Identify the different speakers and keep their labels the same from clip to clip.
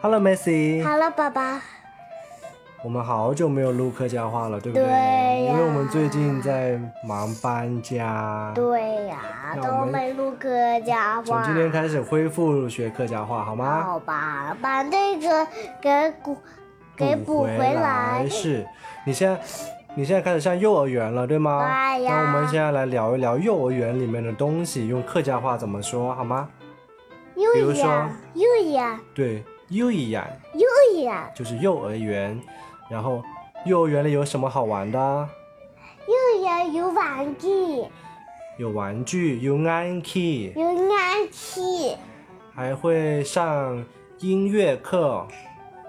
Speaker 1: Hello Messi，
Speaker 2: 好了，爸爸，
Speaker 1: 我们好久没有录客家话了，对不对？
Speaker 2: 对呀
Speaker 1: 因为我们最近在忙搬家，
Speaker 2: 对呀、
Speaker 1: 那我
Speaker 2: 都
Speaker 1: 们
Speaker 2: 没录客家
Speaker 1: 从
Speaker 2: 话。
Speaker 1: 今天开始恢复学客家话，好吗？
Speaker 2: 好吧，把那个给补给补
Speaker 1: 回
Speaker 2: 回来。
Speaker 1: 是，你现在你现在开始上幼儿园了，对吗？
Speaker 2: 对呀
Speaker 1: 那我们现在来聊一聊幼儿园里面的东西，用客家话怎么说，好吗？比
Speaker 2: 又
Speaker 1: 如
Speaker 2: 呀又呀
Speaker 1: 对，幼儿园
Speaker 2: 又呀
Speaker 1: 就是幼儿园，然后幼儿园里有什么好玩的啊？
Speaker 2: 又呀有玩具，
Speaker 1: 有玩具，有安 key，
Speaker 2: 有暖气，
Speaker 1: 还会上音乐课，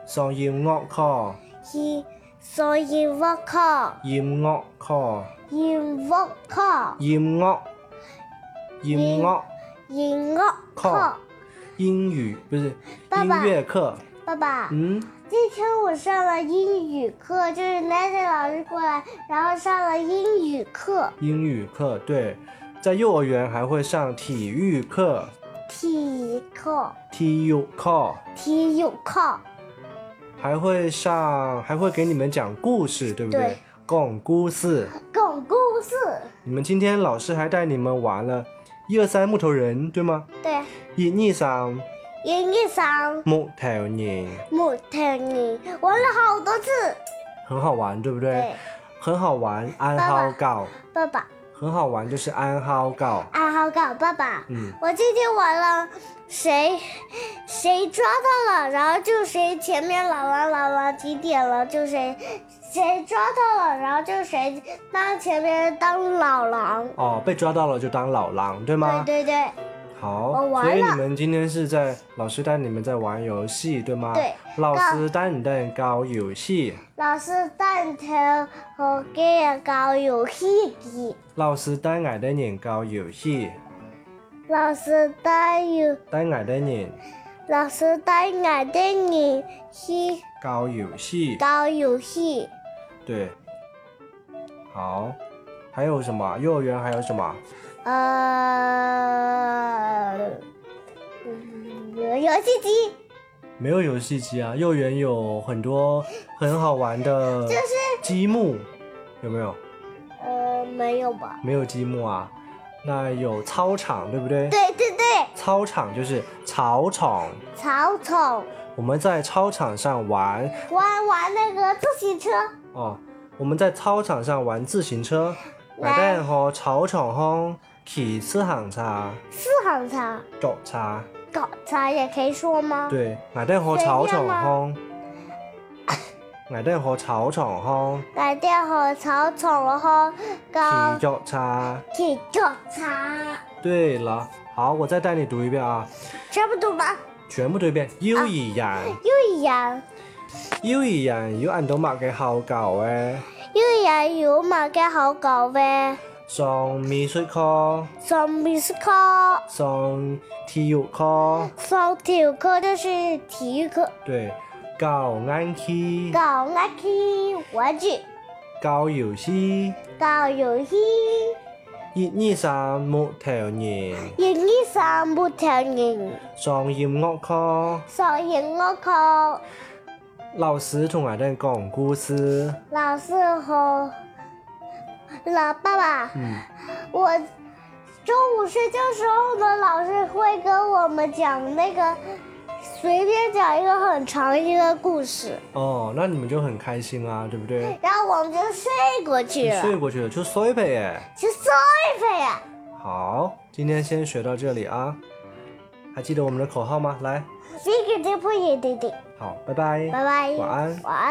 Speaker 1: 上音乐课，
Speaker 2: 一所以我靠，
Speaker 1: 音乐课，
Speaker 2: 因我靠，
Speaker 1: 音乐，音乐
Speaker 2: 因我
Speaker 1: 课
Speaker 2: 靠。，
Speaker 1: 英语不是
Speaker 2: 爸爸
Speaker 1: 音乐课，
Speaker 2: 爸爸，
Speaker 1: 嗯，
Speaker 2: 今天我上了英语课，就是 Nancy 老师过来，然后上了英语课、
Speaker 1: 英语课对，在幼儿园还会上体育课
Speaker 2: 体育课、
Speaker 1: 体育课，
Speaker 2: 体育课、
Speaker 1: 还会上还会给你们讲故事，对不对
Speaker 2: 对？
Speaker 1: 讲故事。
Speaker 2: 讲故事，
Speaker 1: 你们今天老师还带你们玩了一二三木头人，对吗？
Speaker 2: 对，
Speaker 1: 一二三
Speaker 2: 英语上
Speaker 1: 木头人，
Speaker 2: 木头人玩了好多次。
Speaker 1: 很好玩，对不对？
Speaker 2: 对，
Speaker 1: 很好玩，安
Speaker 2: 爸爸
Speaker 1: 好搞，
Speaker 2: 爸爸，
Speaker 1: 很好玩就是安好搞，
Speaker 2: 啊，好搞，爸爸。
Speaker 1: 嗯，
Speaker 2: 我今天玩了，谁谁抓到了，然后就谁前面老王老王几点了，就谁谁抓到了，然后就谁当前面当老狼。
Speaker 1: 哦，被抓到了就当老狼，对吗？
Speaker 2: 对对对
Speaker 1: 好，
Speaker 2: 我玩
Speaker 1: 所以
Speaker 2: 了
Speaker 1: 你们今天是在老师带你们在玩游戏，对吗？
Speaker 2: 对。
Speaker 1: 老师带你们搞游戏，
Speaker 2: 老师蛋疼和给人搞游戏机，
Speaker 1: 老师带俺的人搞游戏，
Speaker 2: 老师带有
Speaker 1: 带俺的人
Speaker 2: 老师带俺的你去
Speaker 1: 搞游戏，
Speaker 2: 搞游戏，
Speaker 1: 对。好，还有什么？幼儿园还有什么？
Speaker 2: 呃，嗯游戏机。
Speaker 1: 没有游戏机啊，幼儿园有很多很好玩的，积木，有没有？
Speaker 2: 呃，没有吧？
Speaker 1: 没有积木啊，那有操场，对不对？
Speaker 2: 对对对，
Speaker 1: 操场就是草场，
Speaker 2: 草丛
Speaker 1: 我们在操场上玩
Speaker 2: 玩玩那个自行车，
Speaker 1: 哦，我们在操场上玩自行车，来蛋和草场轰骑四行车、
Speaker 2: 四行茶、
Speaker 1: 脚车，
Speaker 2: 搞茶也可以说吗？
Speaker 1: 对，来蛋和草场轰，来蛋和草场轰
Speaker 2: 来电和草丛然后搞
Speaker 1: 骑脚车，
Speaker 2: 去做茶，
Speaker 1: 对了，好，我再带你读一遍啊，
Speaker 2: 差不多吧？
Speaker 1: 全部读一遍，幼儿园，
Speaker 2: 又一样，
Speaker 1: 幼儿园有俺到乜嘅好搞诶。
Speaker 2: 又一样有嘛嘅好搞呗？
Speaker 1: 上美術課、
Speaker 2: 上美术课、
Speaker 1: 上體育課，
Speaker 2: 上体育课就是体育课，
Speaker 1: 對，搞暗器、
Speaker 2: 搞爱去玩具，
Speaker 1: 搞遊戲，
Speaker 2: 搞游戏，
Speaker 1: 一二三木頭人，
Speaker 2: 一二三木头人。
Speaker 1: 上音樂課，
Speaker 2: 上音乐课，
Speaker 1: 老師同我哋講故事，
Speaker 2: 老师和老爸爸，
Speaker 1: 嗯，
Speaker 2: 我中午睡觉时候呢，老师会跟我们讲那个，随便讲一个很长一个故事，
Speaker 1: 哦，那你們就很開心啊，對不對？
Speaker 2: 然后我们就睡过去
Speaker 1: 你
Speaker 2: 了，
Speaker 1: 睡過去了就睡唄耶。
Speaker 2: 去睡呗呀！
Speaker 1: 好，今天先學到這裡啊，還記得我們的口號嗎？來，
Speaker 2: 这个就不一定定，
Speaker 1: 好，拜拜，
Speaker 2: 拜拜，
Speaker 1: 晚安
Speaker 2: 晚安。